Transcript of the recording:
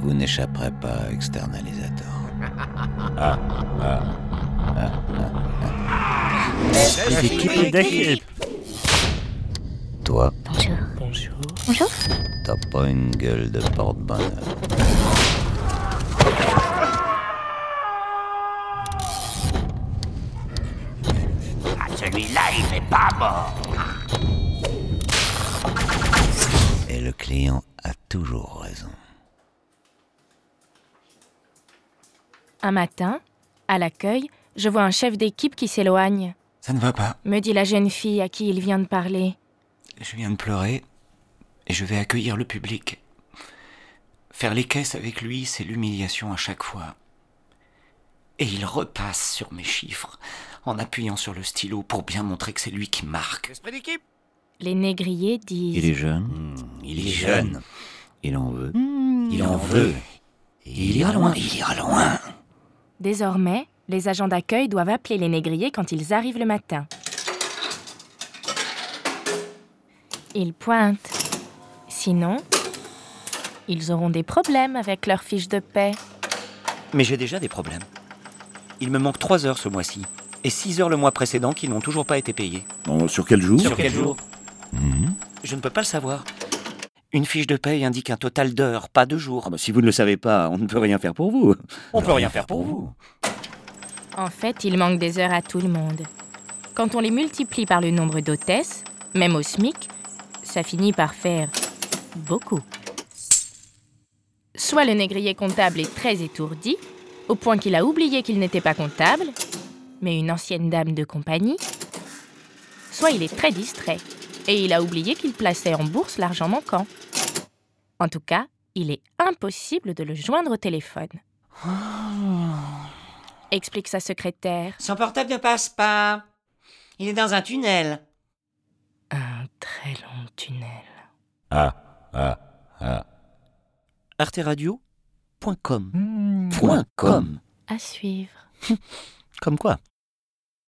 vous n'échapperez pas, externalisateur. Esprit d'équipe. d'équipe. Toi, Bonjour. Bonjour. Bonjour t'as pas une gueule de porte-bonheur. Ah, Celui-là, il n'est pas mort. Et le client a toujours raison. Un matin, à l'accueil, je vois un chef d'équipe qui s'éloigne, Ça ne va pas. me dit la jeune fille à qui il vient de parler. Je viens de pleurer et je vais accueillir le public. Faire les caisses avec lui, c'est l'humiliation à chaque fois. Et il repasse sur mes chiffres en appuyant sur le stylo pour bien montrer que c'est lui qui marque. Esprit d'équipe Les négriers disent Il est jeune, Il est jeune, Mmh. il en veut. il en veut. Il ira loin, il ira loin. Désormais, les agents d'accueil doivent appeler les négriers quand ils arrivent le matin. Ils pointent. Sinon, ils auront des problèmes avec leur fiche de paix. Mais j'ai déjà des problèmes. Il me manque 3 heures ce mois-ci et 6 heures le mois précédent qui n'ont toujours pas été payées. Bon, sur quel jour Sur quel jour Je ne peux pas le savoir. Une fiche de paye indique un total d'heures, pas de jours. Ah bah, Si vous ne le savez pas, on ne peut rien faire pour vous. On peut rien faire pour vous. En fait, il manque des heures à tout le monde. Quand on les multiplie par le nombre d'hôtesses, même au SMIC, ça finit par faire beaucoup. Soit le négrier comptable est très étourdi, au point qu'il a oublié qu'il n'était pas comptable, mais une ancienne dame de compagnie, soit il est très distrait, et il a oublié qu'il plaçait en bourse l'argent manquant. En tout cas, il est impossible de le joindre au téléphone, Ah. explique sa secrétaire. Son portable ne passe pas. Il est dans un tunnel. Un très long tunnel. Ah, arteradio.com. Point com. Hmm. À suivre. Comme quoi